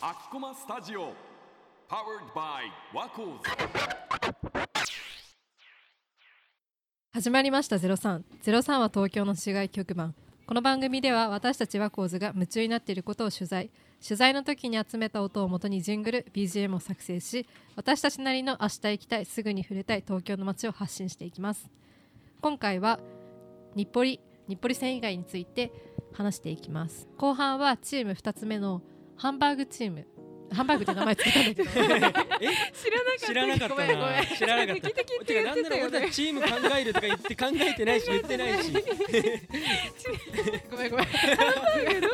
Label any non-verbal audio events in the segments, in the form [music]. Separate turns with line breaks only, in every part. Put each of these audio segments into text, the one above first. アキコマスタジオ Powered by ワコーズ
始まりました03。03は東京の市街局番。この番組では私たちワコーズが夢中になっていることを取材。取材の時に集めた音をもとにジングル、BGM を作成し、私たちなりの明日行きたい、すぐに触れたい東京の街を発信していきます。今回は日暮里、日暮里線以外について話していきます。後半はチーム2つ目のハンバーグチーム。ハンバーグって名前つけたんだけど。
知らなかった
知らなかった
ごめんごめ
なん知らなかった
劇的って
てか
言
な
っ
ん
て
な
た
ら
よ
俺た
ね
ちチーム考えるとか言って考えてないし言ってないし
ごめんごめん。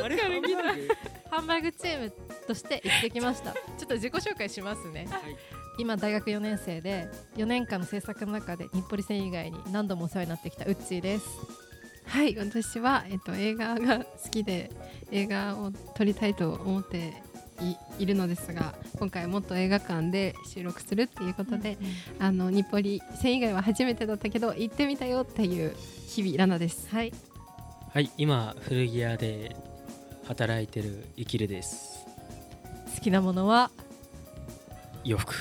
あれハンバーグ
ハンバーグチームとして行ってきました。ちょっと自己紹介しますね。
はい
今大学4年生で4年間の制作の中で日暮里線以外に何度もお世話になってきたウッチーです。
はい、私は、えっと、映画が好きで映画を撮りたいと思っていいるのですが今回もっと映画館で収録するっていうことで、あの日暮里線以外は初めてだったけど行ってみたよっていう日々ラナです。
はい。
はい、今古着屋で働いてる生きるです。
好きなものは
洋服。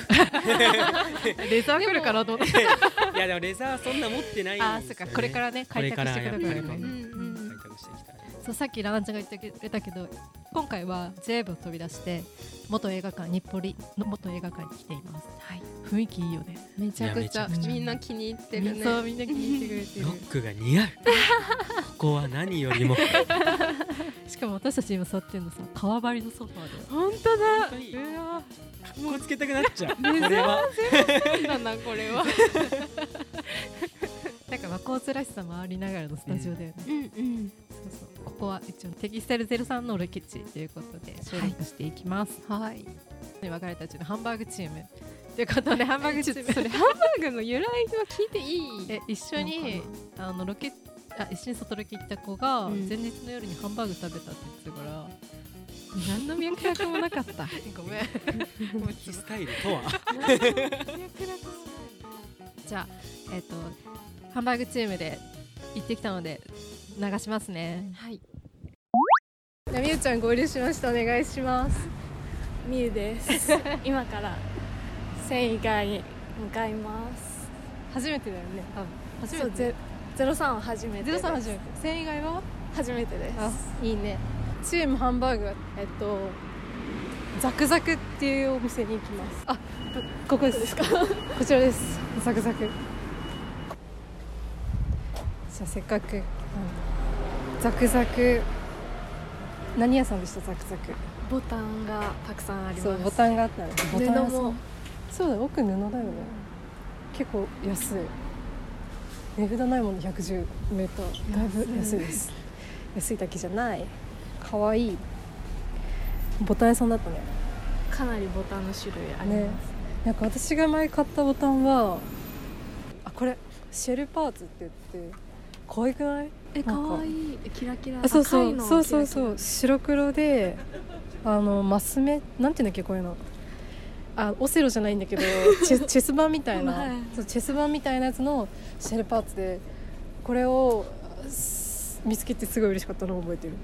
レザー来るかなと思って。
[laughs] いやでもレザーそんな持ってないんですよ
あ
ね
あ、そっか。これからね
これ
開拓
から
してい
や
く
っ
ところ
ぱり
だ
こ
から
う
ね。
開拓していきたい。
そうさっきラナちゃんが言ってくれたけど、今回は j 部を飛び出して元映画館日暮里の元映画館に来ています。
はい、
雰囲気いいよね。
めちゃくちゃ
いやめちゃくちゃ
みんな気に入ってるね。
そうみんな気に入ってくれてる
ロ。ックが似合う。ここは何よりも。
しかも私たち今座ってるのさ川張りのソファーで
本当
本当にかっこつけたくなっちゃう。これは
だなこれは。
なんか和光津らしさもありながらのスタジオだよね、
うんうん。
そうそうここは一応テキスタイルゼロさんのロケ地ということで収録していきます、
はい。
に分かれたうちのハンバーグチームということでハンバーグチ
ちょっ
ー
とそ
ム
れハンバーグの由来は聞いていい？
え一緒にあのロケあ一緒に外ロケ行った子が
うん
前日の夜にハンバーグ食べたって言ってたから、
何の脈絡もなかった。
[laughs] ごめん
スタイルとは。
じゃあえっ、とハンバーグチームで行ってきたので流しますね
はい。
みゆちゃん合流しましたお願いします
みゆです今から繊維街に向かいます初めてだよね
初
そうゼゼロ三は初め
ゼ
てで
ロ
す
さん初めて線以外は
初めてです
あいいねチームハンバーグえっとザクザクっていうお店に行きますあここですかこちらですザクザクじゃあせっかく、うんザクザク何屋さんでしたザクザク
ボタンがたくさんあります
そうボタンがあったねボタン屋さん
布も
そうだ奥布だよね、結構安い値札ないもの110メーターだいぶ安いです安いだけじゃない可愛いボタン屋さんだったね
かなりボタンの種類あります、
ねなんか私が前買ったボタンはあこれシェルパーツって言って可愛くない
え
なんか
可愛いキラキラ
あそう
赤
そ
いうの
そうそうそ
キラ
う白黒であのマス目なんていうんだっけこういうのあオセロじゃないん
[laughs]
だけどチェチェス盤みたいな、
はい
そうチェス盤みたいなやつのシェルパーツでこれをす見つけてすごい嬉しかったのを覚えてる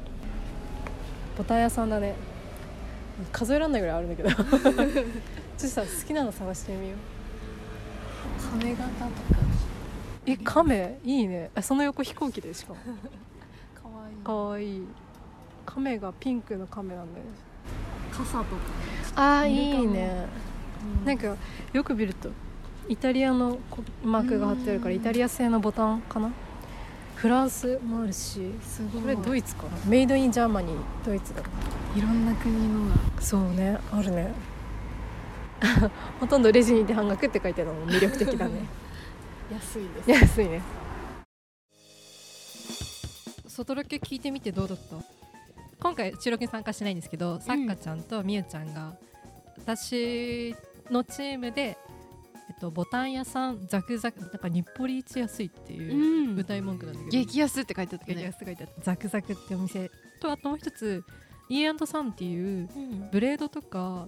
ボタン屋さんだね数えられないぐらいあるんだ
[laughs]
けどちょっとさ好きなの探してみよう
キラ髪型とか
えカメいいねあその横飛行機でしかも
可愛い
かわいいカメがピンクのカメなんだよね
傘とか
あー
イルカ
い
も
いね、なんかよく見るとイタリアのこマークが貼ってあるから
うん
イタリア製のボタンかなフランスもあるし
すごい
これドイツかなメイドインジャーマニードイツだ
いろんな国のが
そうねあるね [laughs] ほとんどレジにて半額って書いてあるのも魅力的だね
安いです
安いね外ロケ聞いてみてどうだった今回収録に参加しないんですけど、さっかちゃんとみゆちゃんが私のチームで、えっと、ボタン屋さんザクザクなんか日暮里一安いっていう
うん
舞。台文句なんだけど、
激安って書いてあった
激
ね。
安って書いてあったザクザクってお店とあともう一つ E&3 っていう
うん
ブレードとか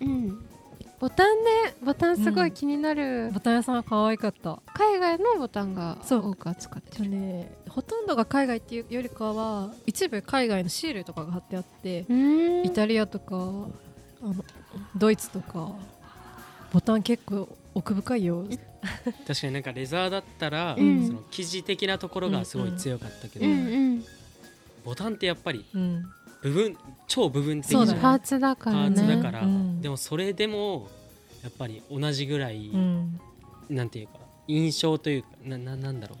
うん。ボタンねボタンすごい気になる、
ボタン屋さんは可愛かった
海外のボタンが
そう
多く扱って
と
る
ねほとんどが海外っていうよりかは一部海外のシールとかが貼ってあって
うーん
イタリアとかあのドイツとかボタン結構奥深いよ
確かになんかレザーだったら、
うん
その生地的なところがすごい強かったけど、
うんうん
ボタンってやっぱり
うん
部分超部分的
そう
な
だね
パーツだか
パ
ら
ー
ね
ツだから、
うん
でもそれでもやっぱり同じぐらい、
うん
なんていうか印象というかなななんだろ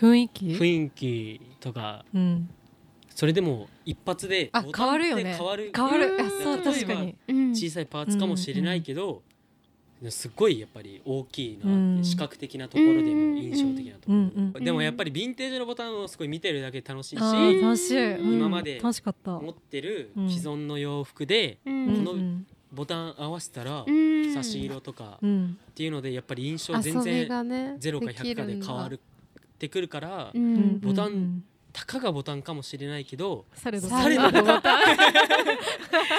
雰囲
う
気
雰囲気とか
うん
それでも一発で
あ
ボ
変
タン
わ
っ
るよ
て
ね
変わる
変わる
うん
あそう
例え
確
ば
かに
うん
小さいパーツかもしれないけど、すっごいやっぱり大きいなって、
うん
視覚的なところでも
うん
印象的なとこ
う
ろ、
んうん
でもやっぱりヴィンテージのボタンをすごい見てるだけで楽しいし、
あー楽しい、うん
今まで
楽しかった
持ってる
うん
既存の洋服で
うん
この
うん
ボタン合わせたら
うん
差し色とか
う
っ
ん
ていうのでやっぱり印象全
遊び
然
がね
0か
でき
100か
る
で
んだ
変わるってくるから
う
う
ん
ん
うん
ボタン
うん
たかがボタンかもしれないけど
されど
さ
れど
ボタン [laughs]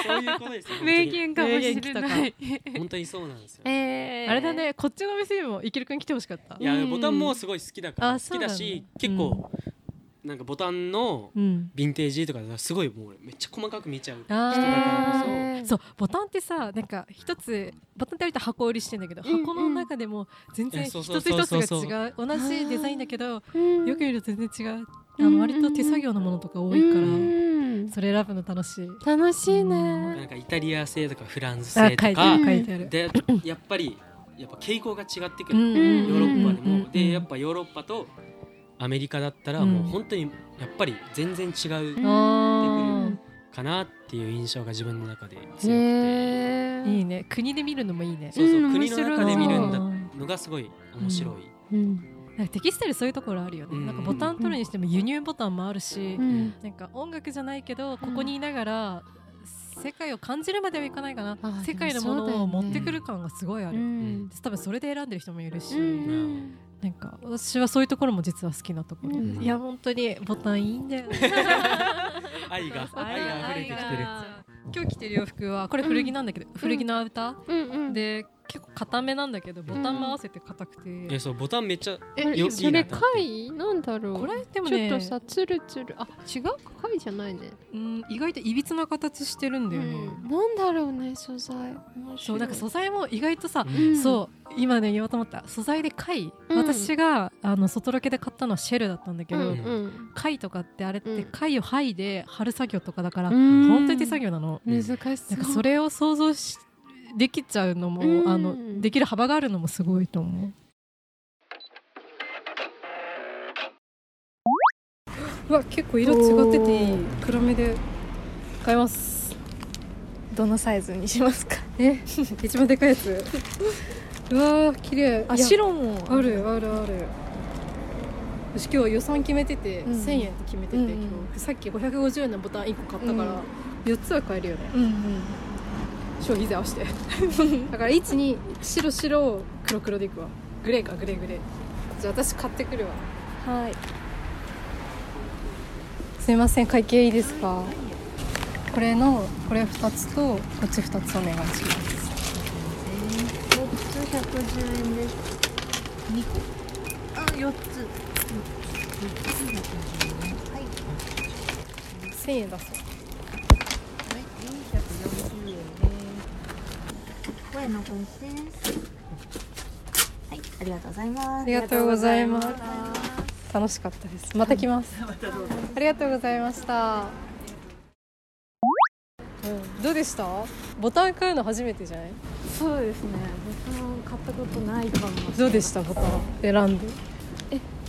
そういうことですよ
名言かもし
名言来
れ
た
ない
本当に本当にそうなんですよ、
えー
あれだねこっちのお店にもいけるくん来てほしかった
いや
うん
ボタンもすごい好きだから
あ
好きだし
そうな
結
んだ
構なんかボタンの
うん
ヴィンテージとかすごいもうめっちゃ細かく見ちゃう
あ
え
ー
ー
そうボタンってさなんか一つボタンって割と箱売りしてんだけど、
うんうん
箱の中でも全然
えそ
一
うそう
つ
そう
一つ
そうそう
が違う同じデザインだけど
うん
よく見ると全然違うあ
うんうん
の割と手作業のものとか多いか
う
ら
ん
それ選ぶの楽しい
楽しい
な
ね
んかイタリア製とかフランス
あ書いて
製と
あ
か
る書いてある
でやっぱりやっぱ傾向が違ってく
う
る、
ん
ヨ
ん
ーロッパでも、
うん
でやっぱヨーロッパとアメリカだったら
うん
もう本当にやっぱり全然違う
あ
かなっていう印象が自分の中で強くて、
へ
ーいいね国で見るのもいいね
そうそう、
うん
国の中で見るんだ
面
のがすごい面白
う
い、
ん
なんかテキスタイルそういうところあるよね、
うん
なんかボタン取るにしても輸入ボタンもあるし、
うん
なんか音楽じゃないけどここにいながら世界を感じるまではいかないかな、
あー
世界のものを
でもそうだよね
持ってくる感がすごいあ
う
る、
ん
多分それで選んでる人もいるし、
うん
なんか私はそういうところも実は好きなところ、
うん
いや本当にボタンいいんだよ
愛が愛
愛
が
が
溢
今
れてきてる
日着てる洋服はこれ古着なんだけど、古着のアウター、
うんうん
で結構硬めなんだけどボタンも合わせて硬くて、
えそうボタンめっちゃ
え
よ
それ
と思って
貝なんだろう
これでも
ちょっ
ね
とさつるつるあ違うか貝じゃないね
うん、意外といびつな形してるんだよね、
なんだろうね素材
そうなんか素材も意外とさ、
うん
そう今ね言おうと思った素材で貝、
うん
私があの外ロケで買ったのはシェルだったんだけ
うん
ど、
うん
貝とかってあれっ
う
て
ん
貝を剥いで貼る作業とかだから、
うん
本当に手作業なの、
難しそ
なん
う
かそれを想像しできちゃうのも、
うん
あのできる幅があるのもすごいと思う。うわ結構色違ってていい暗めで買います
どのサイズにしますか
え一番でかいやつ [laughs] うわー綺麗
あ
いや
白も
あるあるある私今日予算決めてて、
ん
1000円って決めてて、
うんうん
今日さっき550円のボタン1個買ったから、4つは買えるよね
うんうん
消費税合わせ [laughs] てだから12白白黒黒でいくわグレーかグレーグレーじゃあ私買ってくるわ
はい
すいません会計いいですかこれのこれ2つとこっち2つお願いします
1000円出す
声のご出演はい、ありがとうございます。あ
りがとうございます
楽しかったですまた来ます
[laughs] ありがとうございました、どうでしたボタン買うの初めてじゃない
そうですね僕も買ったことないかも
どうでしたボタン選んで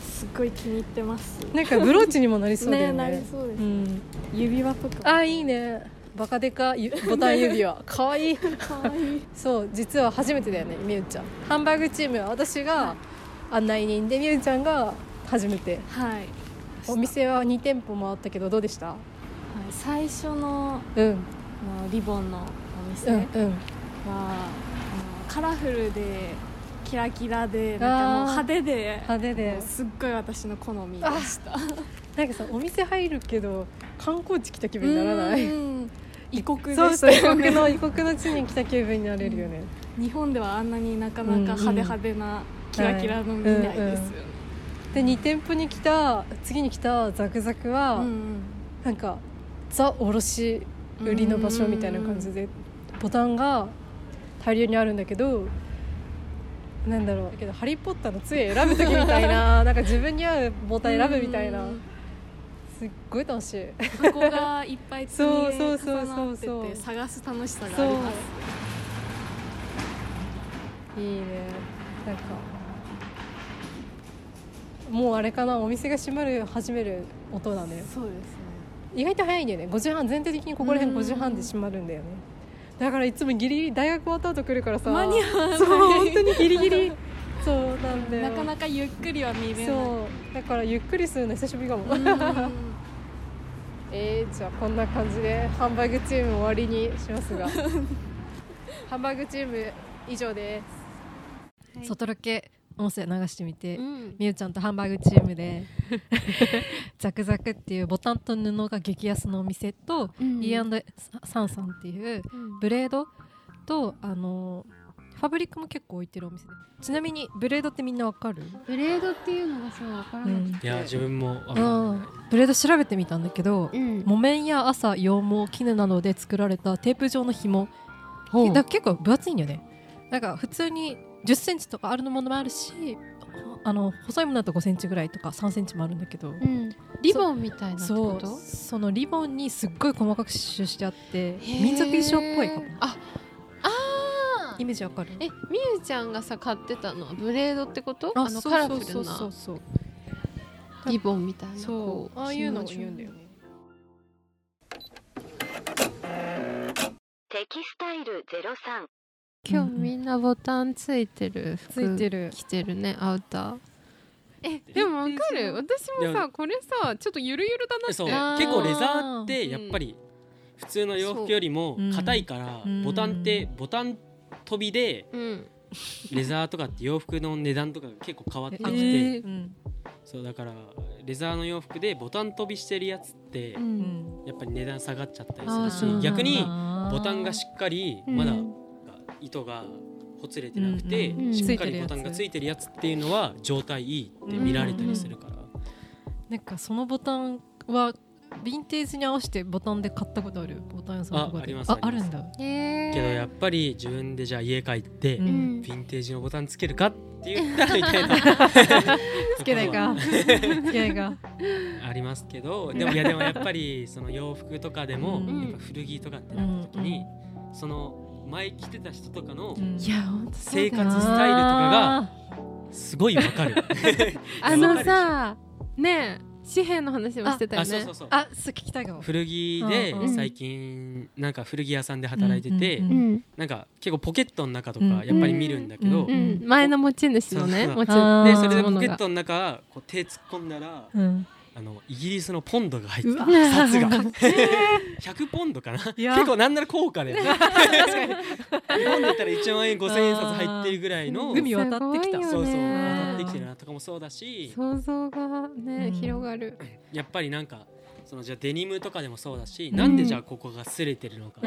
す
っごい気に入ってます
なんかブローチにもなりそうだよ
ね
[laughs] ね
なりそうです、
ん、
指輪とか
あいいねバカデカ [laughs] ゆボタン指輪かわいい
かわいい
[laughs] そう実は初めてだよねみゆちゃんハンバーグチームは私が案内人でみゆちゃんが初めて
はい、はい、
お店は2店舗回ったけどどうでした
最初の
うん
あのリボンのお店
う
は、
んうん
あのカラフルでキラキラでなんかもう派手で
派手です
っごい私の好みでした
なんかさお店入るけど観光地来た気分にならない
うん異国で
そう
し
そう
た
異
よ
国
ね
の異国の地に来た気分になれるよね、
日本ではあんなになかなか派手派手なキラキラの見ないですよね、
で2店舗に来た次に来たザクザクは、
うん
なんかザ卸売りの場所みたいな感じでボタンが大量にあるんだけどなんだろうけど「ハリー・ポッター」の杖選ぶ時みたい [laughs] ななんか自分に合うボタン選ぶみたいな
うん
すっごい楽しい
箱がいっぱい積み重なってて
そうそうそうそうそう
探す楽しさがあります
いいねなんかもうあれかなお店が閉まる始める音だね
そうですね
意外と早いんだよね5時半全体的にここら辺
うん
5時半で閉まるんだよねだからいつもギリギリ大学終わった後来るからさ
間に合わない
そう本当にギリギ
[laughs]
リそうなんだよ
なかなかゆっくりは見れない
そうだからゆっくりするの久しぶりかも、
うん
えー、じゃあこんな感じでハンバーグチーム終わりにしますがハンバーグチーム以上です、外ロケ音声流してみて、みゆちゃんとハンバーグチームでザクザクっていうボタンと布が激安のお店と、E&S サンさんっていうブレードとあのファブリックも結構置いてるお店でちなみにブレードってみんなわかる、
ブレードっていうのがそうわからなくて、
いや自分もわか
うんん、ブレード調べてみたんだけど、
うん
木綿や麻羊毛絹などで作られたテープ状の紐だから結構分厚いんだよねなんか普通に1 0ンチとかあるものもあるしあの細いものだと5センチぐらいとか3センチもあるんだけど、
うん、リボンみたいなって
そ
こ
う
と
そのリボンにすっごい細かく刺繍してあって
へー
民族衣装っぽいかも
ああ
イ
ー
メージわかる
えみゆちゃんがさ買ってたのはブレードってことあの
そう
カラフ
そうそ
ル
うそう
な
そう
リボンみたいな
そ
こ
うああいうのを言うんだよね
テキスタイル03
今日みんなボタンついてる服
ついてる
着てるねアウターえでもわかる私も
いや
さこれさちょっとゆるゆるだな
そう
あー
結構レザーってやっぱり普通の洋服よりも
そう
硬いから
うん
ボタンってボタン飛びで
うん
レザーとかって洋服の値段とかが結構変わってきて、
え
ー
うん
そうだからレザーの洋服でボタン飛びしてるやつって
う
うんん
やっぱり値段下がっちゃったり
あー
す
そう
る
な
し、
んだ
逆に
あー
ボタンがしっかり
うん
まだ糸がほつれてなくて、
うん
うんうん
しっかりボタンがついてるやつっていうのは状態いいって見られたりするから、
なんかそのボタンはヴィンテージに合わせてボタンで買ったことあるボタン屋さんとかで
ああります
ああ
あり
る
ます
んだ
えー
けどやっぱり自分でじゃあ家帰って、
う
うんん
ヴィンテージのボタンつけるかって言ったらみたいな
[laughs] つけないかつけないか
ありますけどでもいやでもやっぱりその洋服とかでも、
うん
やっぱ古着とかってなった時に、その前着てた人とかの
いやほんとそうだ
生
よ
活スタイルとかがすごいわ
[laughs]
かる。
あのさねえ紙幣の話もしてたよ
あ
ね
そうそうそう
あそう聞きたいかも
古着で
うんうん
最近なんか古着屋さんで働いてて、
うんうん
うん
なんか結構ポケットの中と
う
か
ん
やっぱり見るんだけど、
うん
うん前の持ち主のね
そう
持ち
あー
でそれで
も
ポ
の
ケッ
が
トの中こう手突っ込んだら
うん
あのイギリスのポンドが入って
う
た
わ
札が [laughs] 100ポンドかな
や
結構なんなら高価
[laughs]
で日本だったら1万円5000円札入ってるぐらいの
海渡ってきた
す
そ
ご
う
いよ
そう
ね
渡ってきてるなとかもそうだし
想像が
う
ね
ん
広がる
やっぱりなんかそのじゃあデニムとかでもそうだし、なんでじゃあここが擦れてるのか、
あ
と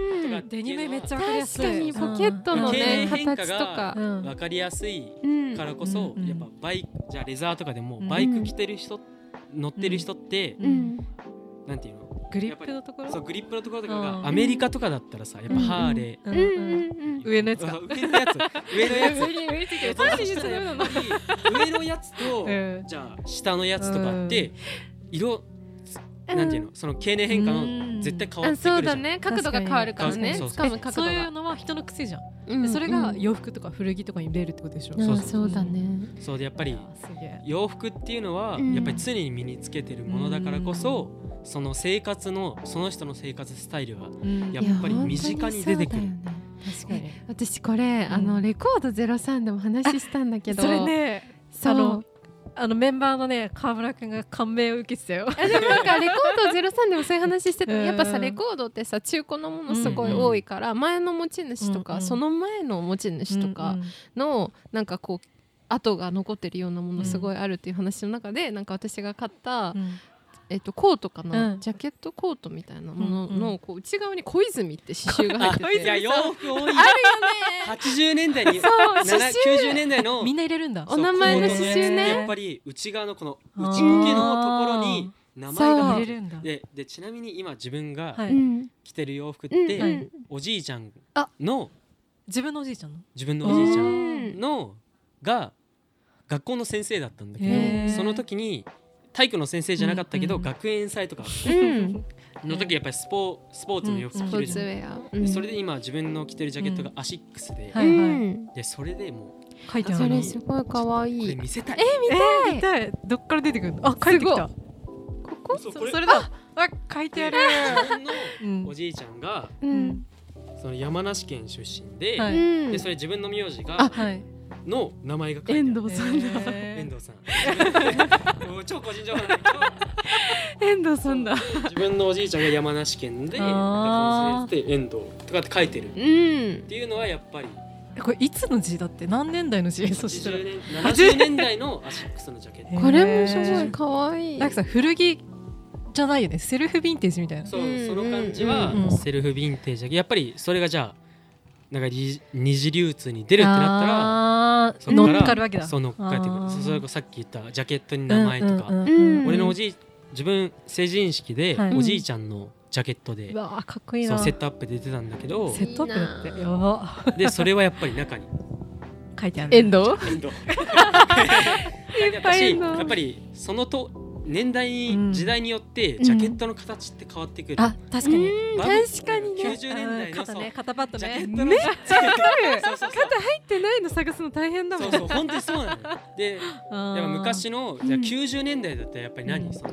か
ーデニムめっちゃわかりや
確
す
か
い
にポケットのね
うん
形とか
う
分
ん
かりやすい
うん
からこそ、
うん
やっぱバイクじゃあレザーとかでも
うん
バイク着てる人乗ってる人って、
うん
なんていうの
グリップのところ
そうグリップのところとか
うん
がアメリカとかだったらさやっぱハーレ
う
うん
う
んうんんうん
ー
上のやつか
あ上のやつ上のや
[laughs]
つ
さっき言
そ
っ
したたら
よう
や
な
っぱり上のやつと、
うん
じゃあ下のやつとかって色、
うん
なんていうのその経年変化
うん
の絶対変わ
あ
ってくるじゃん
そうだね角度が変わるからね
確
掴
かに
む角
そ
度
ういう
が
のは人の癖じゃん
うん
でそれが洋服とか古着とかに出るってことでしょ
うん
そう
あ
そうそう
そうだね
そうでやっぱり
あすげえ
洋服っていうのは、
うん
やっぱり常に身につけてるものだからこそ、その生活のその人の生活スタイルが
うん
やっぱり身近に出てくる
いや本当にそうだよね
確かに
私これあのレコード03でも話したんだけど
それね
そう
あのあのメンバーのね川村くんが感銘を受けてたよ
あでもなんかレコード03でもそういう話してた
うん
やっぱさレコードってさ中古のものすごい多いから前の持ち主と
う
か
んうん
その前の持ち主とかのなんかこう跡が残ってるようなものすごいあるっていう話の中でなんか私が買った
うん
えっと、コートかな、
うん
ジャケットコートみたいなもの
うんうん
のこう内側に小泉って刺繍が入って
あいや
て
洋服多い
あるよね
80年代に
そう
なな
刺
90年代の
みんな入れるんだ
お名前の
そう
刺繍ね
やっぱり内側のこの内向けのところに名前が
入
入
れ
ってる
るんだ
ででちなみに今自分
は
が
い、
うん
着てる洋服っ
うん
て、
う
はい
ん
おじいちゃん
あ
の
自分のおじいちゃんの
自分の
お
おじいちゃ
うん
のが学校の先生だったんだけ
へー
どその時に体育の先生じゃなかったけど、
うんうん
学園祭とか
うん
の時やっぱりスポスポーツの洋服
ス
着
ポー
るじゃ
ツウ
ん、
ェア、
で
うん
それで今自分の着てるジャケットがアシックスで,、
はい
うん
でそれでもう
書いてあ
そ
る
れすごい可愛
これ
い
見せたい
えー見たいどっから出てくるのあ書いてきた
ここ
そう
そ
これ
それだ
あ書いてある
自分の
うん
おじいちゃんが
うん
その山梨県出身で,、
はい
うん
でそれ自分の名字
あ
が
はい
の名前が書いてある
遠藤さんだ
遠
え
藤さん [laughs] もう超個人情報なんだけど
遠
[laughs]
藤さんだ
自分のおじいちゃんが山梨県で
あー
で遠藤とかって書いてるっ
うん
ていうのはやっぱり
ーこれいつの字だって何年代の字そしたら
80年70年代のアシックスのジャケット。
これもすご
へ
い
ー
可愛い
なんかさ古着じゃないよねセルフヴィンテージみたいな
そううんその感じは
うん
セルフヴィンテージだけどやっぱりそれがじゃあなんかり二次流通に出るってなったら
あー
そこ
乗っかるわけだ
そう乗っかってく
あー
るそうそれこそさっき言ったジャケットに名前とか、
うんうん
うん
俺のおじい自分成人式で
はい
おじいちゃんのジャケットで、
うわーかっこいい
そ
な
うセッ
セ
トアップで出てたんだけど
ットアップだってやば
でそれはやっぱり中に
書いてある
遠藤
遠藤やっ
ぱ
ぱ
いい
し
るな
やっぱりそのと年代に、
うん
時代によって
うん
ジャケットの形って変わってくる、
あ確かに
うん
バブ
確かにね
90年代の
肩
そう、
ね肩パッド
ジャ
ね
ケットのめっちゃ
か
そうそうそう
入ってないの探すの大変だ
そうそう本当にそうなのでやっ
や
ぱ昔のじゃあ90年代だったらやっぱり何、
うん
その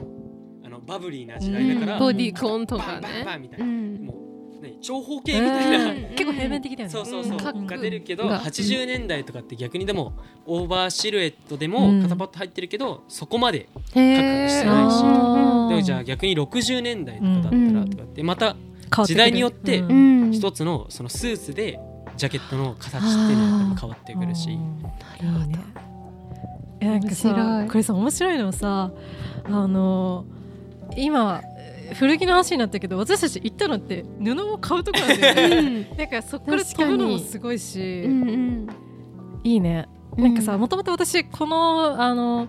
あのバブリーな時代だから、
ボディコンと
バ
か
ンバンバ
ね
ンみたいうな、
ん
もう何長方形みたいな、
うん
結構平面的だよね
そうそうそう、
うん
が出るけど
角が
80年代とかって逆にでもオーバーシルエットで
う
も
ん
肩パッド入ってるけどそこまで
へ
覚してないし
あ
でもじゃあ逆に60年代とかだった
うん
らとかってまた
変わくる
時代によって
うん
ーうん
一つのそのスーツでジャケットの形っていうのがやっぱり変わってくるし
うん
なるほど
いいねえなんか
面白
さ
い
これさ面白いのはさあの今えー古着の話になったけど私たち行ったのって布を買うとこなんだよ
[laughs]
ねなんかそこから飛ぶのもすごいし、
うん
いいね
うん
なんかさもともと私このあの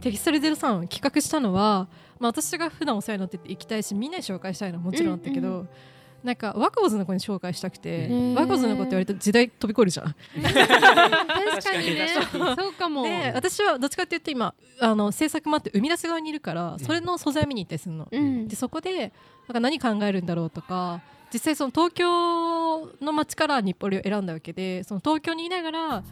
テキストリゼロさん企画したのは、まあ、私が普段お世話になってて行きたいしみんなに紹介したいのはもちろんあったけど、
うんう
なんかワコーズの子に紹介したくて、
うん
ワコーズの子って割と時代飛び越えるじゃん。
確かにね
確か
そうかも
で私はどっちかって言って今あの制作もあって生み出す側にいるからそれの素材見に行ったりするの。
うん
でそこでなんか何考えるんだろうとか実際その東京の街から日暮里を選んだわけでその東京にいながら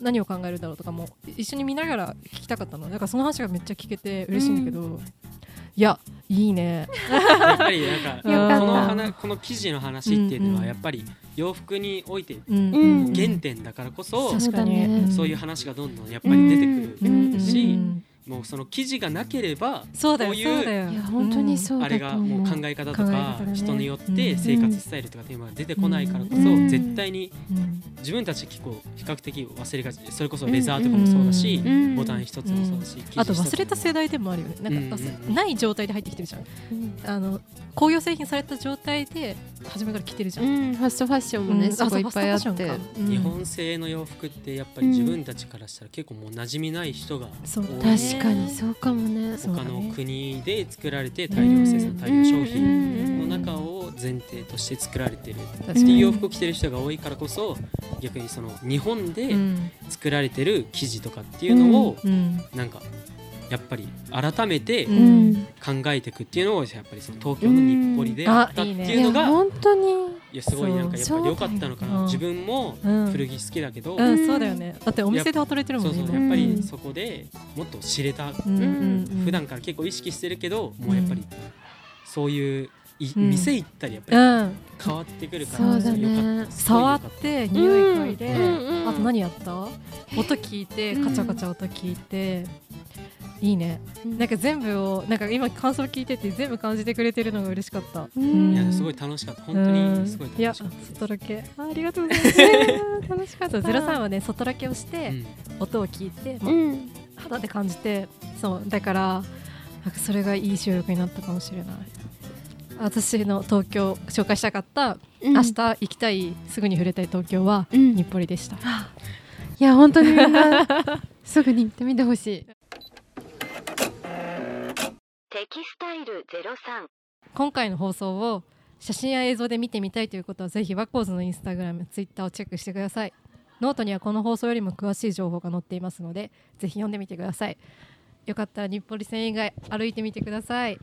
何を考えるんだろうとかも一緒に見ながら聞きたかったのだからその話がめっちゃ聞けて嬉しいんだけど、いやいいね。
やっぱりなんかこ
よかった
の話この記事の話っていうの
うんう
は
ん
やっぱり洋服において
うん
うん
原点だからこそ
確かに
ん
そういう話がどんどんやっぱり出てく
う
る
ん
し
うん
もうその記事がなければ
そうだよ
こういう
そうだよ
いや本当にそう
あ
だ
れ
と
が
思う
もう考え方と
考え
か
方だね
人によって生活スタイルとかっていうのが出てこないからこ
う
そ
ん
絶対に
うんうん
自分たち結構比較的忘れがちそれこそレザーとかもそうだし、
うん
ボタン一つもそうだし、生地一つも
あと忘れた世代でもあるよねなんか忘
うんうんう
れ
ん
ない状態で入ってきてるじゃん
うん
あの工業製品された状態で初めから着てるじゃん、
うんファストファッションも
う
ね
ん
すごいいっぱいあって
そうファストファッションかうん
日本製の洋服ってやっぱり自分たちからしたら結構もう馴染みない人が
そう
多い
確かにそうかもね
そうだ
他
ね
の国で作られて大量
う
生
ん
産大量消費
の
の中を前提として作られてる
確
って
か
い
に
う洋服を着てる人が多いからこそ逆にその日本
う
で
ん
作られてる生地とかっていうのを
うん
なんかやっぱり改めて
う
うん
考えていくっていうのをやっぱりその東京の日暮里であったって
うんあいいね
い
いう
や
のが
本当に
いやすごいなんかやっぱり良かったのか
そうだようん
な自分も
うん
古着好きだけど、
うん、そうだよねだってお店で働いてる
そ
もん
う
ね
そう
今
やっぱりそこでもっと知れた、
うん
うん
うん
普段から結構意識してるけど、もうやっぱりそういうい、
うん
店行ったりやっぱ
う
り
ん
変わってくるか
そ
ら
うだね
よかったすごい良
触
か
ったて匂い嗅いで、
うん
あと何やった音聞いてカチャカチャ音聞いて、いいねなんか全部をなんか今感想聞いてて全部感じてくれてるのが嬉しかった、
うん
いやすごい楽しかった本当にすごい
いや
楽しかったです
外ロケ
ありがとうございます楽しかっ
そ
た
うゼロさんはね外ロケをして、
うん
音を聞いて、まあ
うん
肌で感じてそうだからなんかそれがいい収録になったかもしれない私の東京紹介したかった、
うん
明日行きたいすぐに触れたい東京は
うん
日暮里でした、
いや本当にみんな [laughs] すぐに行ってみてほしい
テキスタイル03
今回の放送を写真や映像で見てみたいということはぜひワコーズのインスタグラムツイッターをチェックしてくださいノートにはこの放送よりも詳しい情報が載っていますのでぜひ読んでみてくださいよかったら日暮里線以外歩いてみてください